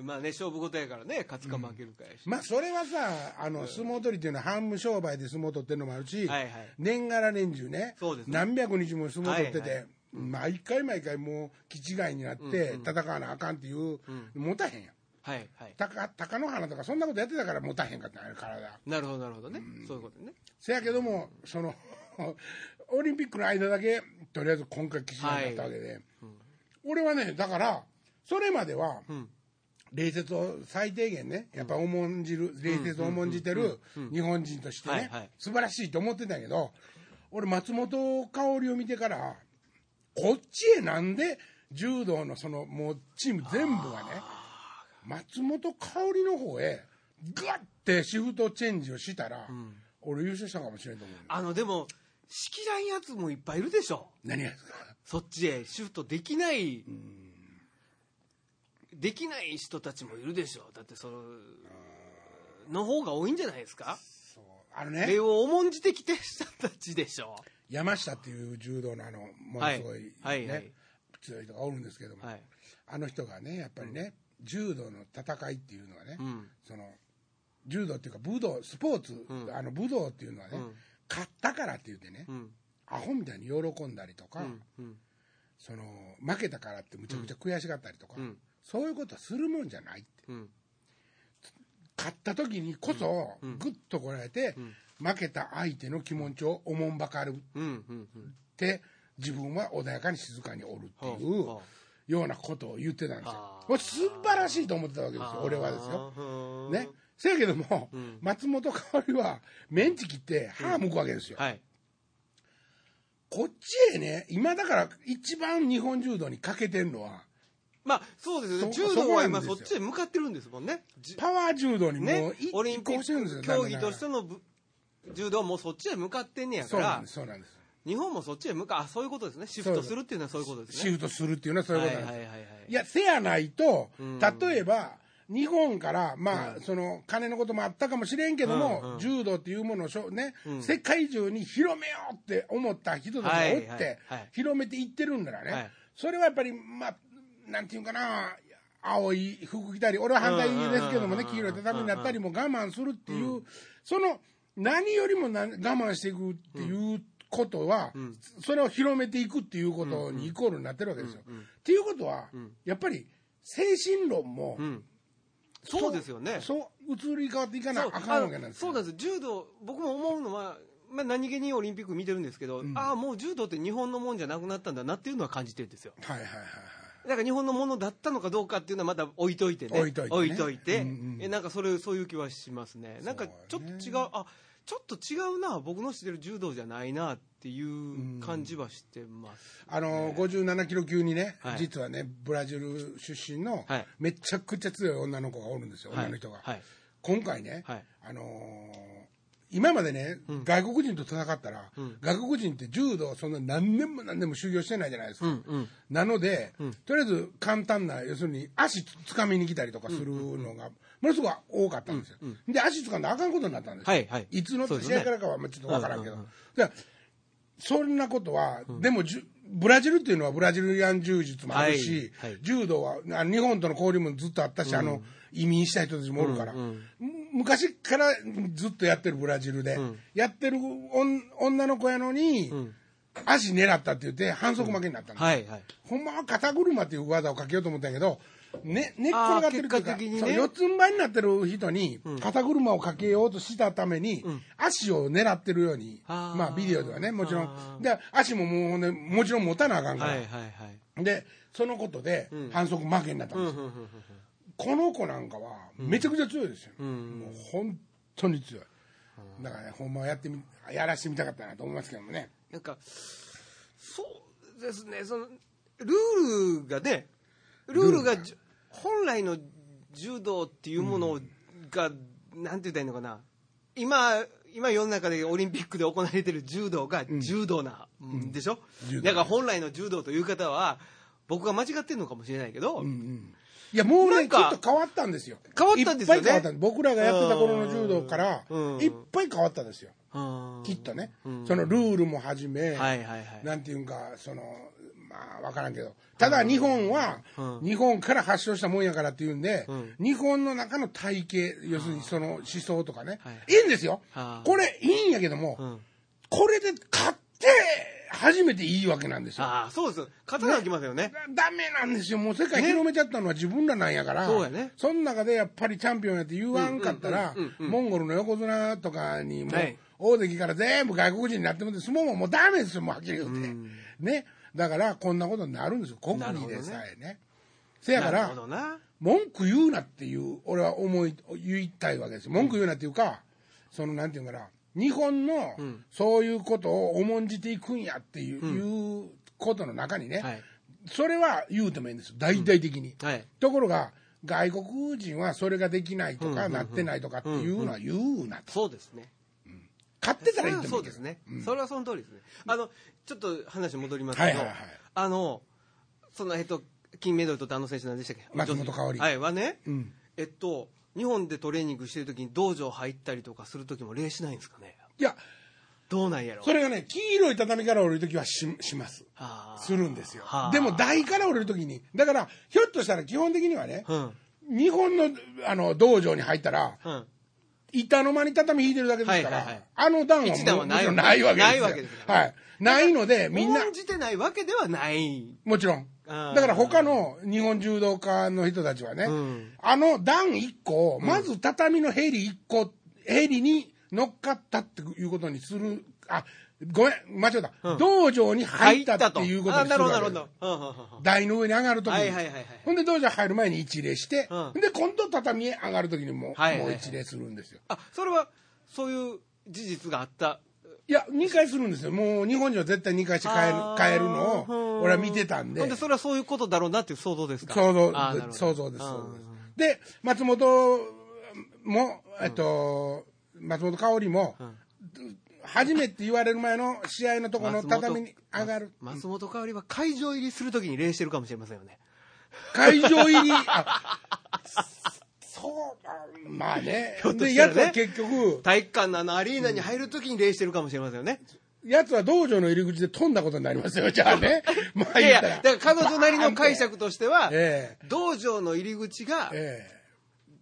Speaker 2: まあね勝負事やからね勝つか負けるかやし、
Speaker 1: まあ、それはさ、あの、相撲取りっていうのは半無商売で相撲取ってるのもあるし、
Speaker 2: はいはい
Speaker 1: 年がら年中ね
Speaker 2: そうですね
Speaker 1: 何百日も相撲取って
Speaker 2: はい
Speaker 1: て、毎回毎回もう、気違いになって、戦わなあかんっていう、持たへんやん。
Speaker 2: はいはい
Speaker 1: たか貴乃花とかそんなことやってたから持たへんかったんや体
Speaker 2: なるほどなるほどね、そういうことね
Speaker 1: せやけどもその オリンピックの間だけとりあえず今回騎士になったわけで、俺はねだからそれまでは、
Speaker 2: ん
Speaker 1: 礼節を最低限ねやっぱ重んじる礼節を重んじてる日本人としてね、
Speaker 2: はいはい
Speaker 1: 素晴らしいと思ってたけど俺松本薫を見てからこっちへなんで柔道のそのもうチーム全部がね松本薫の方へグッてシフトチェンジをしたら、俺優勝したかもしれんと思う
Speaker 2: あのでも仕切らんやつもいっぱいいるでしょ
Speaker 1: 何がですか
Speaker 2: そっちへシフトできないできない人たちもいるでしょうだってそのの方が多いんじゃないですか
Speaker 1: そうあの
Speaker 2: それ
Speaker 1: ね
Speaker 2: を重んじてきてる人たちでしょ
Speaker 1: 山下っていう柔道のあのものすごい、ね
Speaker 2: はいはいはい
Speaker 1: 強い人がおるんですけども、
Speaker 2: うはい
Speaker 1: あの人がねやっぱりね、柔道の戦いっていうのはね、
Speaker 2: うん
Speaker 1: その柔道っていうか武道スポーツ、
Speaker 2: ん
Speaker 1: あの武道っていうのはね、
Speaker 2: うん
Speaker 1: 勝ったからって言ってね、
Speaker 2: うん
Speaker 1: アホみたいに喜んだりとか、
Speaker 2: うんうん
Speaker 1: その負けたからってむちゃくちゃ悔しがったりとか、
Speaker 2: うん
Speaker 1: そういうことはするもんじゃないって
Speaker 2: うん
Speaker 1: 勝った時にこそ
Speaker 2: ん
Speaker 1: ぐっとこらえて、負けた相手の気持ちをおもんばかるっ
Speaker 2: うんうんうん
Speaker 1: て自分は穏やかに静かにおるってい
Speaker 2: はあ
Speaker 1: う
Speaker 2: はあ
Speaker 1: ようなことを言ってたんです
Speaker 2: あ
Speaker 1: よ
Speaker 2: ー。
Speaker 1: これ素晴らしいと思ってたわけですよ俺はですよ。
Speaker 2: よ
Speaker 1: ね。せやけども、松本薫はメンチ切って歯向くわけですよ。
Speaker 2: はい
Speaker 1: こっちへね今だから一番日本柔道に欠けてるのは
Speaker 2: まあそうですよね
Speaker 1: そ
Speaker 2: 柔道は今
Speaker 1: そ
Speaker 2: そ
Speaker 1: こなん
Speaker 2: っ
Speaker 1: ですよ
Speaker 2: ちへ向かってるんですもんねじ
Speaker 1: パワー柔道にも
Speaker 2: ね
Speaker 1: う一
Speaker 2: オリンピ
Speaker 1: 移行してるんです
Speaker 2: ッ
Speaker 1: よ
Speaker 2: ク競技
Speaker 1: だんだんだんだん
Speaker 2: としてのぶ柔道はもうそっちへ向かってんねやか
Speaker 1: そうなん
Speaker 2: ら
Speaker 1: ですそうなんです。
Speaker 2: 日本もそっちへ向かあそういうことですねシフトするっていうのはそういうことです
Speaker 1: シ
Speaker 2: ね
Speaker 1: フトするっていうのはそういう
Speaker 2: は
Speaker 1: こ
Speaker 2: い
Speaker 1: と
Speaker 2: は
Speaker 1: ないんです
Speaker 2: はいはい
Speaker 1: いや、せやないと、
Speaker 2: ん
Speaker 1: 例えば、日本から、まあ、その、金のこともあったかもしれんけども、
Speaker 2: うんうん
Speaker 1: 柔道っていうものをしょ、ね、
Speaker 2: ん
Speaker 1: 世界中に広めようって思った人たちがおって、
Speaker 2: はいはいはい
Speaker 1: 広めていってるんならね、
Speaker 2: はい
Speaker 1: それはやっぱり、まあ、なんていうんかな、青い服着たり、俺は反対ですけどもね、
Speaker 2: うん
Speaker 1: 黄色い畳になったりも我慢するっていう、その、何よりもな我慢していくっていうことは、それを広めていくっていうことにイコールになってるわけですよ。っていうことは、やっぱり精神論も、
Speaker 2: うんそうですよね
Speaker 1: そう移り変わっていかな
Speaker 2: そう
Speaker 1: あかんわけなんです
Speaker 2: そう
Speaker 1: よ
Speaker 2: なんです柔道僕も思うのは、まあ、何気にオリンピック見てるんですけど、ああもう柔道って日本のもんじゃなくなったんだなっていうのは感じてるんですよ
Speaker 1: はいはいはい
Speaker 2: だから日本のものだったのかどうかっていうのはまだ置いといてね
Speaker 1: 置いといてね
Speaker 2: て
Speaker 1: うんうん
Speaker 2: えなんかそれそういう気はしますねなんかちょっと違うあちょっと違うな僕の知ってる柔道じゃないなっっていう感じはしてます。
Speaker 1: あの57キロ級にね、
Speaker 2: はい
Speaker 1: 実はね、ブラジル出身の
Speaker 2: はい
Speaker 1: めちゃくちゃ強い女の子がおるんですよ、
Speaker 2: はい
Speaker 1: 女の人が。
Speaker 2: はい
Speaker 1: 今回ね、
Speaker 2: はい
Speaker 1: あのー今までね、外国人と戦ったら、外国人って柔道、そんな何年も何年も修行してないじゃないですか。
Speaker 2: うんうん
Speaker 1: なので、とりあえず簡単な、要するに足つかみに来たりとかするのが、ものすごく多かったんですよ。で、足つかんだらあかんことになったんですよ。
Speaker 2: はいはい
Speaker 1: つの
Speaker 2: そうです
Speaker 1: 試
Speaker 2: ね
Speaker 1: 合からかはまあちょっとわからんけど。
Speaker 2: うんうん
Speaker 1: だからそんなことは、でもじゅブラジルっていうのはブラジリアン柔術もあるし、
Speaker 2: はいはい
Speaker 1: 柔道はあ日本との交流もずっとあったし、あの移民した人たちもおるから、む昔からずっとやってるブラジルで、やってる女女の子やのに、足狙ったって言って反則負けになったんです、
Speaker 2: はいはい。
Speaker 1: ほんまは肩車っていう技をかけようと思ったんやけど、ね、根っこがってるっていう
Speaker 2: あー結果
Speaker 1: か、
Speaker 2: 的にね
Speaker 1: そう四つん這いになってる人に、肩車をかけようとしたために、足を狙ってるように、
Speaker 2: あー
Speaker 1: まあビデオではね、もちろ
Speaker 2: あ
Speaker 1: ん。で、足ももうね、もちろん持たなあかんか
Speaker 2: はい
Speaker 1: ら。
Speaker 2: はいはい。
Speaker 1: で、そのことで、反則負けになったんですよ、この子なんかは、めちゃくちゃ強いですよ。もう本当に強い。だからね、ほんまはやってみ、やらしてみたかったなと思いますけどもね。
Speaker 2: なんか、そうですね、その、ルールがね、ルールがじゅ本来の柔道っていうものが、なんて言ったらいいのかな、今、今世の中でオリンピックで行われてる柔道が柔道な、ん、でしょ、
Speaker 1: 柔道
Speaker 2: だから本来の柔道という方は、僕が間違ってるのかもしれないけど、
Speaker 1: いや、もう
Speaker 2: な
Speaker 1: ね、
Speaker 2: ん
Speaker 1: ちょ
Speaker 2: か
Speaker 1: っと変わったんですよ。
Speaker 2: 変わったんですよね
Speaker 1: いっぱい変わったんです僕らがやってた頃の柔道から
Speaker 2: うん、
Speaker 1: いっぱい変わったんですよ。
Speaker 2: うん
Speaker 1: きっとね。そのルールもはじめ、
Speaker 2: はいはいはい。
Speaker 1: なんていうんか、その、まあ、わからんけど。ただ、日本は、日本から発祥したもんやからっていうんで、日本の中の体系、要するにその思想とかね
Speaker 2: はい。
Speaker 1: いいんですよ
Speaker 2: は。い
Speaker 1: これ、いいんやけども、これで勝って、初めていいわけなんですよ。
Speaker 2: ああ、そうですよ。勝たなきゃいけませんよね。
Speaker 1: ダメなんですよ。もう世界広めちゃったのは自分らなんやから。
Speaker 2: そうやね
Speaker 1: その中でやっぱりチャンピオンやって言わんかったら
Speaker 2: うんうんうん、
Speaker 1: モンゴルの横綱とかにも
Speaker 2: はい、
Speaker 1: 大関から全部外国人になってもって、相撲ももうダメですよ、もうはっきり言って。ね。だから、こんなことになるんですよ。国
Speaker 2: なる
Speaker 1: 技
Speaker 2: ほどね
Speaker 1: でさえね。せやか
Speaker 2: なる
Speaker 1: ら
Speaker 2: ほ、どな。
Speaker 1: 文句言うなっていう、俺は思い、言いたいわけですよ。文句言うなっていうか、その、なんていうのかな、日本の、そういうことを重んじていくんやっていう、いうことの中にね、
Speaker 2: はい
Speaker 1: それは言うてもいいんですよ。大々的に。
Speaker 2: はい。
Speaker 1: ところが、外国人はそれができないとか、なってないとかっていうのは言うなと。
Speaker 2: そうですね。
Speaker 1: 買ってた
Speaker 2: そ
Speaker 1: ら
Speaker 2: れ
Speaker 1: 言っ
Speaker 2: は
Speaker 1: て
Speaker 2: そ
Speaker 1: もいういけ
Speaker 2: で
Speaker 1: ど
Speaker 2: す。ね、それはその通りですねあのちょっと話戻りますけど、
Speaker 1: はいはいはい
Speaker 2: あのそのえっと金メダルとったあの選手なんでしたっけ
Speaker 1: 松本薫
Speaker 2: はいはね、
Speaker 1: ん
Speaker 2: えっと日本でトレーニングしてる時に道場入ったりとかする時も礼しないんですかね
Speaker 1: いや、
Speaker 2: どうなんやろ
Speaker 1: それがね、黄色い畳から降りるときはし、します。
Speaker 2: あー
Speaker 1: するんですよ
Speaker 2: は。あ
Speaker 1: でも台から降りるときに、だから、ひょっとしたら基本的にはね、
Speaker 2: うん
Speaker 1: 日本のあの道場に入ったら、
Speaker 2: うん
Speaker 1: 板の間に畳引いてるだけですから、
Speaker 2: はいはいはい
Speaker 1: あの段はもう
Speaker 2: 一段はな
Speaker 1: も
Speaker 2: い
Speaker 1: ちろんないわけですよ。
Speaker 2: ないわけですよ
Speaker 1: はい。ないので、みんな、
Speaker 2: 重んじてないわけではない
Speaker 1: もちろん。
Speaker 2: あー
Speaker 1: だから他の日本柔道家の人たちはね、
Speaker 2: うん
Speaker 1: あの段1個を、まず畳のヘリ1個、ヘリに乗っかったっていうことにする、あ、ごめん、間違った。道場に入ったっていうこと
Speaker 2: あ
Speaker 1: にす
Speaker 2: な
Speaker 1: る
Speaker 2: るほ
Speaker 1: わ
Speaker 2: ど
Speaker 1: け
Speaker 2: な
Speaker 1: で
Speaker 2: る
Speaker 1: す
Speaker 2: ほど、うんうんうんうん
Speaker 1: 台の上に上がるときに、
Speaker 2: はいはいはいはい
Speaker 1: ほんで道場入る前に一礼して、
Speaker 2: うん
Speaker 1: で今度畳へ上がるときにも,、
Speaker 2: はいはいは
Speaker 1: も
Speaker 2: い
Speaker 1: う一礼するんですよ
Speaker 2: あそれはそういう事実があった
Speaker 1: いや2回するんですよもう日本人は絶対2回して帰る
Speaker 2: あー
Speaker 1: 帰るのを俺は見てたんで
Speaker 2: ほんでそれはそういうことだろうなっていう想像ですか
Speaker 1: 想像
Speaker 2: あーなるほど
Speaker 1: 想像です
Speaker 2: あー
Speaker 1: 想像ですで松本も、えっと松本香織も、初めて言われる前の試合のところの畳に上がる
Speaker 2: 松本香織は会場入りするときに礼してるかもしれませんよね。
Speaker 1: 会場入り、 あそうだ、まあね。
Speaker 2: ょっと
Speaker 1: で、
Speaker 2: したら
Speaker 1: や
Speaker 2: ね
Speaker 1: つは結局、
Speaker 2: 体育館のあのアリーナに入るときに礼してるかもしれませんよね。
Speaker 1: やつは道場の入り口で飛んだことになりますよ、じゃあね。まあ
Speaker 2: い
Speaker 1: 言
Speaker 2: や
Speaker 1: っ
Speaker 2: い
Speaker 1: た
Speaker 2: や
Speaker 1: ら。、
Speaker 2: だから彼女なりの解釈としては、
Speaker 1: え
Speaker 2: 道場の入り口が
Speaker 1: え、え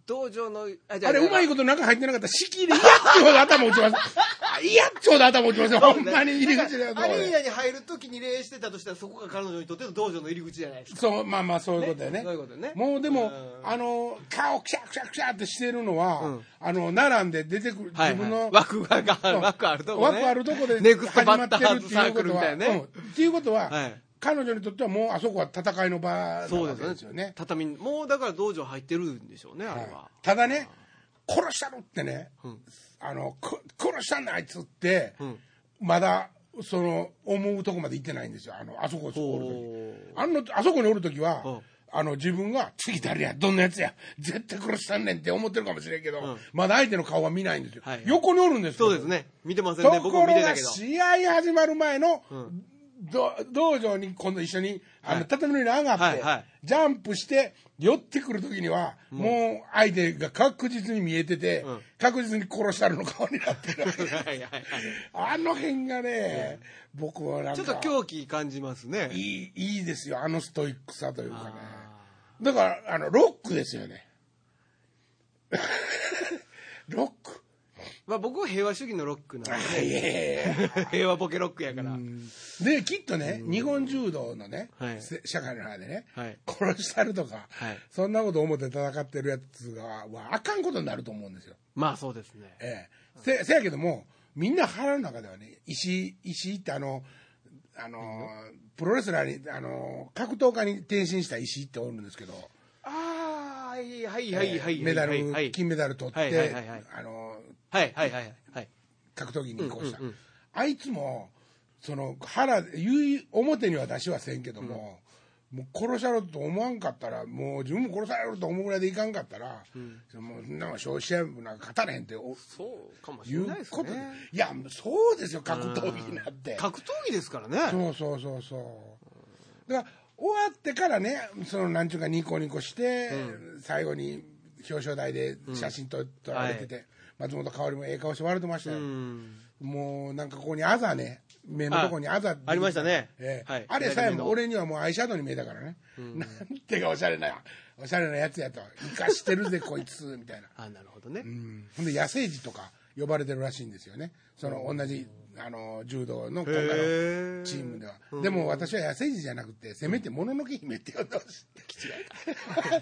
Speaker 2: 道場の、あ
Speaker 1: えあれ、うまい
Speaker 2: こ
Speaker 1: こと中入ってなかったら、敷居で、いやっちょうど頭打ち ます。あいやっちょうど頭打ちますよ。ほんまに入り口だよ、
Speaker 2: アリー
Speaker 1: そ
Speaker 2: ナに入るときに礼してたとしたら、そこが彼女にとっての道場の入り口じゃないですか。
Speaker 1: う、まあまあ、そういうことだよね。
Speaker 2: ねそういうことね
Speaker 1: もうでも
Speaker 2: う、ん
Speaker 1: あの、顔、くしゃくしゃくしゃってしてるのは、
Speaker 2: うん
Speaker 1: あの、並んで出てくる、
Speaker 2: はい
Speaker 1: 自分の、
Speaker 2: 枠が、枠あるとこね。
Speaker 1: 枠あるとこで
Speaker 2: ネクスト
Speaker 1: 始ま
Speaker 2: バッ
Speaker 1: って
Speaker 2: タ
Speaker 1: るっ
Speaker 2: ー
Speaker 1: て
Speaker 2: ズ
Speaker 1: い
Speaker 2: サ
Speaker 1: う
Speaker 2: ー
Speaker 1: こ
Speaker 2: クル
Speaker 1: と
Speaker 2: みた
Speaker 1: は、
Speaker 2: いなね。
Speaker 1: うんっていうことは、
Speaker 2: はい
Speaker 1: 彼女にとってはもうあそこは戦いの場な
Speaker 2: そう
Speaker 1: わけ
Speaker 2: で
Speaker 1: です
Speaker 2: す
Speaker 1: よ
Speaker 2: よ
Speaker 1: ね
Speaker 2: ね。。畳に、もうだから道場入ってるんでしょうね、あ
Speaker 1: は
Speaker 2: れは。
Speaker 1: いただね、殺したろってね、あの、こ殺したんだあいつって、まだその思うとこまで行ってないんですよあのあそこにおる時
Speaker 2: お
Speaker 1: あのあそこにおる時は、
Speaker 2: うん
Speaker 1: あの自分が次誰やどんなやつや絶対殺したんねんって思ってるかもしれんけど、
Speaker 2: ん
Speaker 1: まだ相手の顔は見ないんですよ、
Speaker 2: はい
Speaker 1: 横におるんですけど
Speaker 2: そうですね。見てません
Speaker 1: と
Speaker 2: ね。
Speaker 1: こ
Speaker 2: 僕
Speaker 1: ろ
Speaker 2: も見てた
Speaker 1: が
Speaker 2: けど。
Speaker 1: 試合始まる前の、
Speaker 2: ん
Speaker 1: ど道場に今度一緒にあの、
Speaker 2: はい
Speaker 1: 畳の上に上がって、
Speaker 2: はいはい
Speaker 1: ジャンプして寄ってくる時には、もう相手が確実に見えてて、
Speaker 2: うん
Speaker 1: 確実に殺したるの顔になってる
Speaker 2: はいはいはい。
Speaker 1: あの辺がね、僕はなん
Speaker 2: ち
Speaker 1: か
Speaker 2: ょっと狂気感じますね。
Speaker 1: いいいいですよあのストイックさというかね
Speaker 2: あ
Speaker 1: だからあのロックですよね ロック
Speaker 2: ーまあ僕は平和主義のロックなん
Speaker 1: あいえいえ
Speaker 2: で、 平和ボケロックやから。
Speaker 1: できっとね、日本柔道のね、
Speaker 2: はい
Speaker 1: せ社会の中でね、
Speaker 2: はい
Speaker 1: 殺したるとか、
Speaker 2: はい
Speaker 1: そんなこと思って戦ってるやつがはあかんことになると思うんですよ。
Speaker 2: まあそうですね。
Speaker 1: ええせせやけどもみんな腹の中ではね石石井ってあのあのプロレスラーにあの格闘家に転身した石井っておるんですけど、
Speaker 2: ああ、はいはいはいはい。
Speaker 1: メダル、
Speaker 2: はい
Speaker 1: 金メダル取って、
Speaker 2: はいはいはいはい
Speaker 1: あの
Speaker 2: はいはいはいはい。
Speaker 1: 格闘技に移行した、
Speaker 2: うんうんうん
Speaker 1: あいつもその腹言い表には出しはせんけども、もう殺されると思わんかったらもう自分も殺されると思うぐらいでいかんかったら、もうそんなん消費者なんか勝たれへんってお
Speaker 2: そうかもし
Speaker 1: い
Speaker 2: れ
Speaker 1: う
Speaker 2: ないです
Speaker 1: ことで
Speaker 2: ね。
Speaker 1: いやそうですよ格闘技になって
Speaker 2: 格闘技ですからね。
Speaker 1: そうそうそうそうだから終わってからねそのなんちゅうかニコニコして、最後に表彰台で写真撮撮られてて、松本香織もええ顔して笑ってましたよ、
Speaker 2: うん。
Speaker 1: もうなんかここにあざね目のとこにあざ
Speaker 2: ありましたね
Speaker 1: ええ
Speaker 2: はい
Speaker 1: あれさえ
Speaker 2: 左目
Speaker 1: も
Speaker 2: の
Speaker 1: 俺にはもうアイシャドウに見えたからね、 なんてかおしゃれなおしゃれなやつやと生かしてるぜこいつみたいな、
Speaker 2: あなるほどね。
Speaker 1: うん、ほんで野生児とか呼ばれてるらしいんですよねその同じあの柔道の今回の
Speaker 2: へえ
Speaker 1: チームでは、でも私は野生児じゃなくてせめてもののけ姫って呼んでほし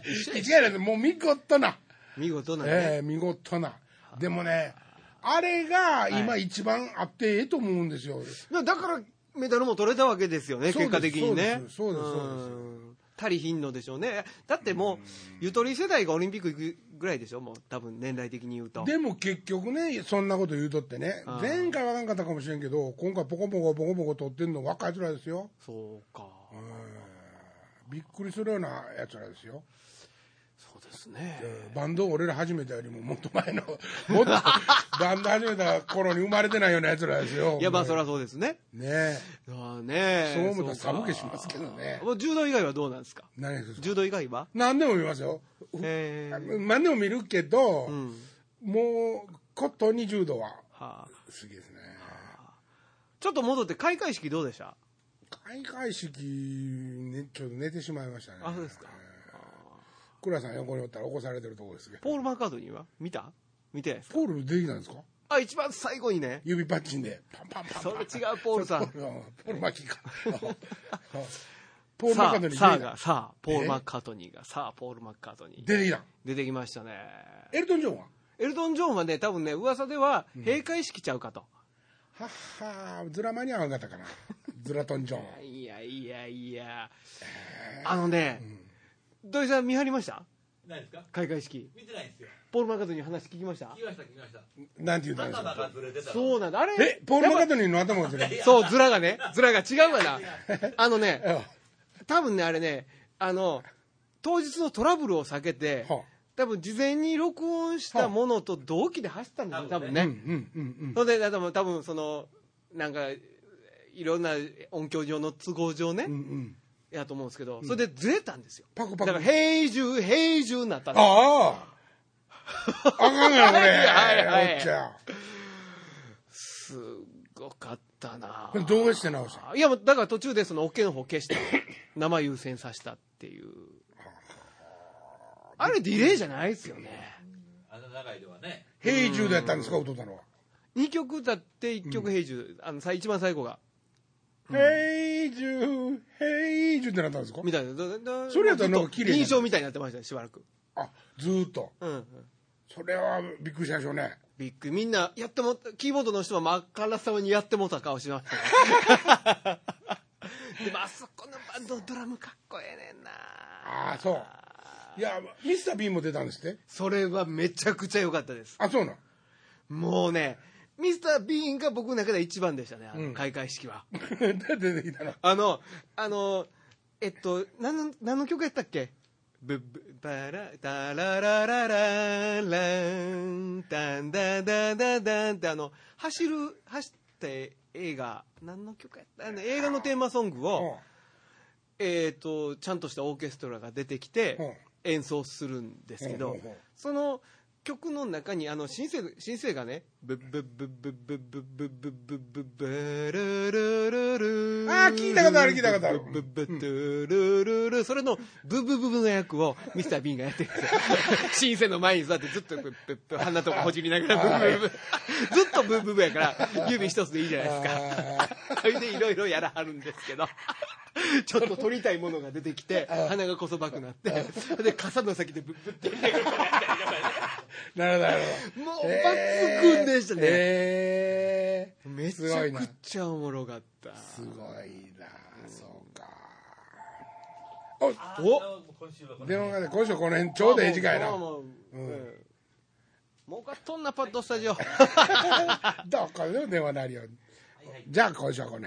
Speaker 1: い違 う違うもう見事な
Speaker 2: 見事なね。
Speaker 1: ええ見事なでもねあれが今一番あってええと思うんですよ、
Speaker 2: だからメダルも取れたわけですよね、
Speaker 1: そうです
Speaker 2: 結果的に
Speaker 1: そ
Speaker 2: ね。
Speaker 1: うですそうですそうです
Speaker 2: ん足りひんのでしょうね。だってもう、ゆとり世代がオリンピック行くぐらいでしょ、もう多分年代的に言うと。
Speaker 1: でも結局ねそんなこと言うとってね
Speaker 2: あー
Speaker 1: 前回わかんかったかもしれんけど今回ポコポコポコポコ取ってんの若い奴らですよ
Speaker 2: そうか。
Speaker 1: びっくりするような奴らですよ
Speaker 2: そうですね。
Speaker 1: バンド俺ら始めたよりももっと前のもっとバンド始めた頃に生まれてないような奴らですよ
Speaker 2: いや、まあそ
Speaker 1: れ
Speaker 2: りゃそうですね。
Speaker 1: ね
Speaker 2: ああね
Speaker 1: えそう思ったら
Speaker 2: か
Speaker 1: 寒気しますけどね
Speaker 2: もう柔道以外はどうなんですか
Speaker 1: 何ですか
Speaker 2: 柔道以外は
Speaker 1: 何でも見ますよ
Speaker 2: えー
Speaker 1: 何でも見るけど、
Speaker 2: うん。
Speaker 1: もうことに柔道は
Speaker 2: はあ。
Speaker 1: 好きですね
Speaker 2: ちょっと戻って開会式どうでした
Speaker 1: 開会式ねちょっと寝てしまいましたね
Speaker 2: あ、そうですか。
Speaker 1: 倉さん横におったら起こされてるとこですけど
Speaker 2: ポール・マーカートニーは見た見てないですか
Speaker 1: ポールできたんですか
Speaker 2: あ、一番最後にね。
Speaker 1: 指パッチンでパンパンパン
Speaker 2: そ
Speaker 1: パン
Speaker 2: れ違う、ポールさん。
Speaker 1: うんポール巻き かポールマ
Speaker 2: さ
Speaker 1: ッカートニー出
Speaker 2: あ、さあ
Speaker 1: てきた
Speaker 2: が、さあ、ポール・マッカートニーが、さあ、ポール・マッカートニー。
Speaker 1: 出てきた
Speaker 2: 出てきましたね。
Speaker 1: エルトン・ジョンは
Speaker 2: エルトン・ジョンはね、多分ね、噂では、閉会式ちゃうかと。
Speaker 1: はっはーズラ間に合わんかったかなズラトン・ジョン
Speaker 2: いやいやいや。あのね、土井さん見張りました
Speaker 3: ないですか
Speaker 2: 開会式。
Speaker 3: 見てないんですよ。
Speaker 2: ポール・マッカートニーの話聞きました
Speaker 3: 聞きました、聞きました。
Speaker 1: なんて言うたんです
Speaker 3: 頭
Speaker 1: か
Speaker 3: がずれてた。う。
Speaker 2: そうなんだ。あれ
Speaker 1: えポール・マッカ
Speaker 2: や
Speaker 1: ー
Speaker 2: っ
Speaker 1: トニーの頭がずれ
Speaker 3: い
Speaker 1: る
Speaker 2: ぱ
Speaker 3: や
Speaker 2: そう、ズラがね、ズラが違うわ な
Speaker 3: 違う。
Speaker 2: あのね、
Speaker 1: うん
Speaker 2: 多分ね、あれね、あの、当日のトラブルを避けて、
Speaker 1: は
Speaker 2: 多分事前に録音したものと同期で走ったんだよ、多
Speaker 3: 多
Speaker 2: 分
Speaker 3: 分
Speaker 1: あ
Speaker 2: ね
Speaker 1: う。んうんうん
Speaker 2: それで多分多分そのなんかいろんな音響上の都合上ね、
Speaker 1: うんうんうん
Speaker 2: やと思うんですけどそれでずれたんですよ、
Speaker 1: パクパ
Speaker 2: だ
Speaker 1: ク
Speaker 2: から平重平重になったんです
Speaker 1: ああ。あかんがな、これ。
Speaker 2: はいはい
Speaker 1: おっちゃ
Speaker 2: すごかったな
Speaker 1: これどうして直した
Speaker 2: いやもうだから途中でそのオケの方 消した生優先させたっていうあれディレイじゃないですよね
Speaker 3: あの長いではね。
Speaker 1: 平重だったんですか、歌ったのは。
Speaker 2: 2曲だって1曲平重、あのさ一番最後が
Speaker 1: 平重、平重ってなったんですか
Speaker 2: みたいなだだ
Speaker 1: それやったらなんか
Speaker 2: ずっと
Speaker 1: 綺麗に
Speaker 2: 印象みたいになってましたねしばらく
Speaker 1: あ、ずーっと。
Speaker 2: うんうん
Speaker 1: それはびっくりしたでしょうね。
Speaker 2: ビッグみんなやってもったキーボードの人は真っ赤さまにやってもうた顔しました ねでもあそこのバンドのドラムかっこええねんな
Speaker 1: ああ、そう。いや、ミスター・ビーンも出たんですって。
Speaker 2: それはめちゃくちゃ良かったです
Speaker 1: あ、そうなん。
Speaker 2: もうねミスター・ビーンが僕の中では一番でしたね、あ
Speaker 1: うん
Speaker 2: の開会式は。
Speaker 1: 出てきたの
Speaker 2: あの、あの、えっと、何の、何の曲やったっけブブバラタララララランタンダダダダンってあの走る走って映画何の曲やったあの映画のテーマソングを、えっとちゃんとしたオーケストラが出てきて演奏するんですけど、
Speaker 1: うんうんうん
Speaker 2: その曲の中にあのシンセシンセがねブッブッブッブッブッブッブッブッブッブッブッルルルル
Speaker 1: あー聞いたことある聞いたことある
Speaker 2: ブッブッブッルルルルそれのブブブブの役をミスター・ビーンがやってるんですよシンセの前に座ってずっとブッブッブッ鼻とかほじりながらブッブッブずっとブッブッブやから指一つでいいじゃないです
Speaker 1: あ
Speaker 2: かそれでいろいろやらはるんですけど、ちょっと取りたいものが出てきて、鼻がこそばくなって、で、傘の先でブッブって、も
Speaker 1: ーなるほどなる
Speaker 2: う
Speaker 1: ほど
Speaker 2: 抜群でしたね。
Speaker 1: へー
Speaker 2: めち
Speaker 1: すごい
Speaker 2: ゃ
Speaker 1: な
Speaker 2: くちゃおもろかった。
Speaker 1: すごいなそうか
Speaker 2: お
Speaker 3: あの今週はこの
Speaker 1: 電話がね今週この辺ちょうどええ時間やな
Speaker 2: もうもうもううん儲かっとんな、パッドスタジオ。
Speaker 1: どこでも電話なるようにじゃあ今週はこの辺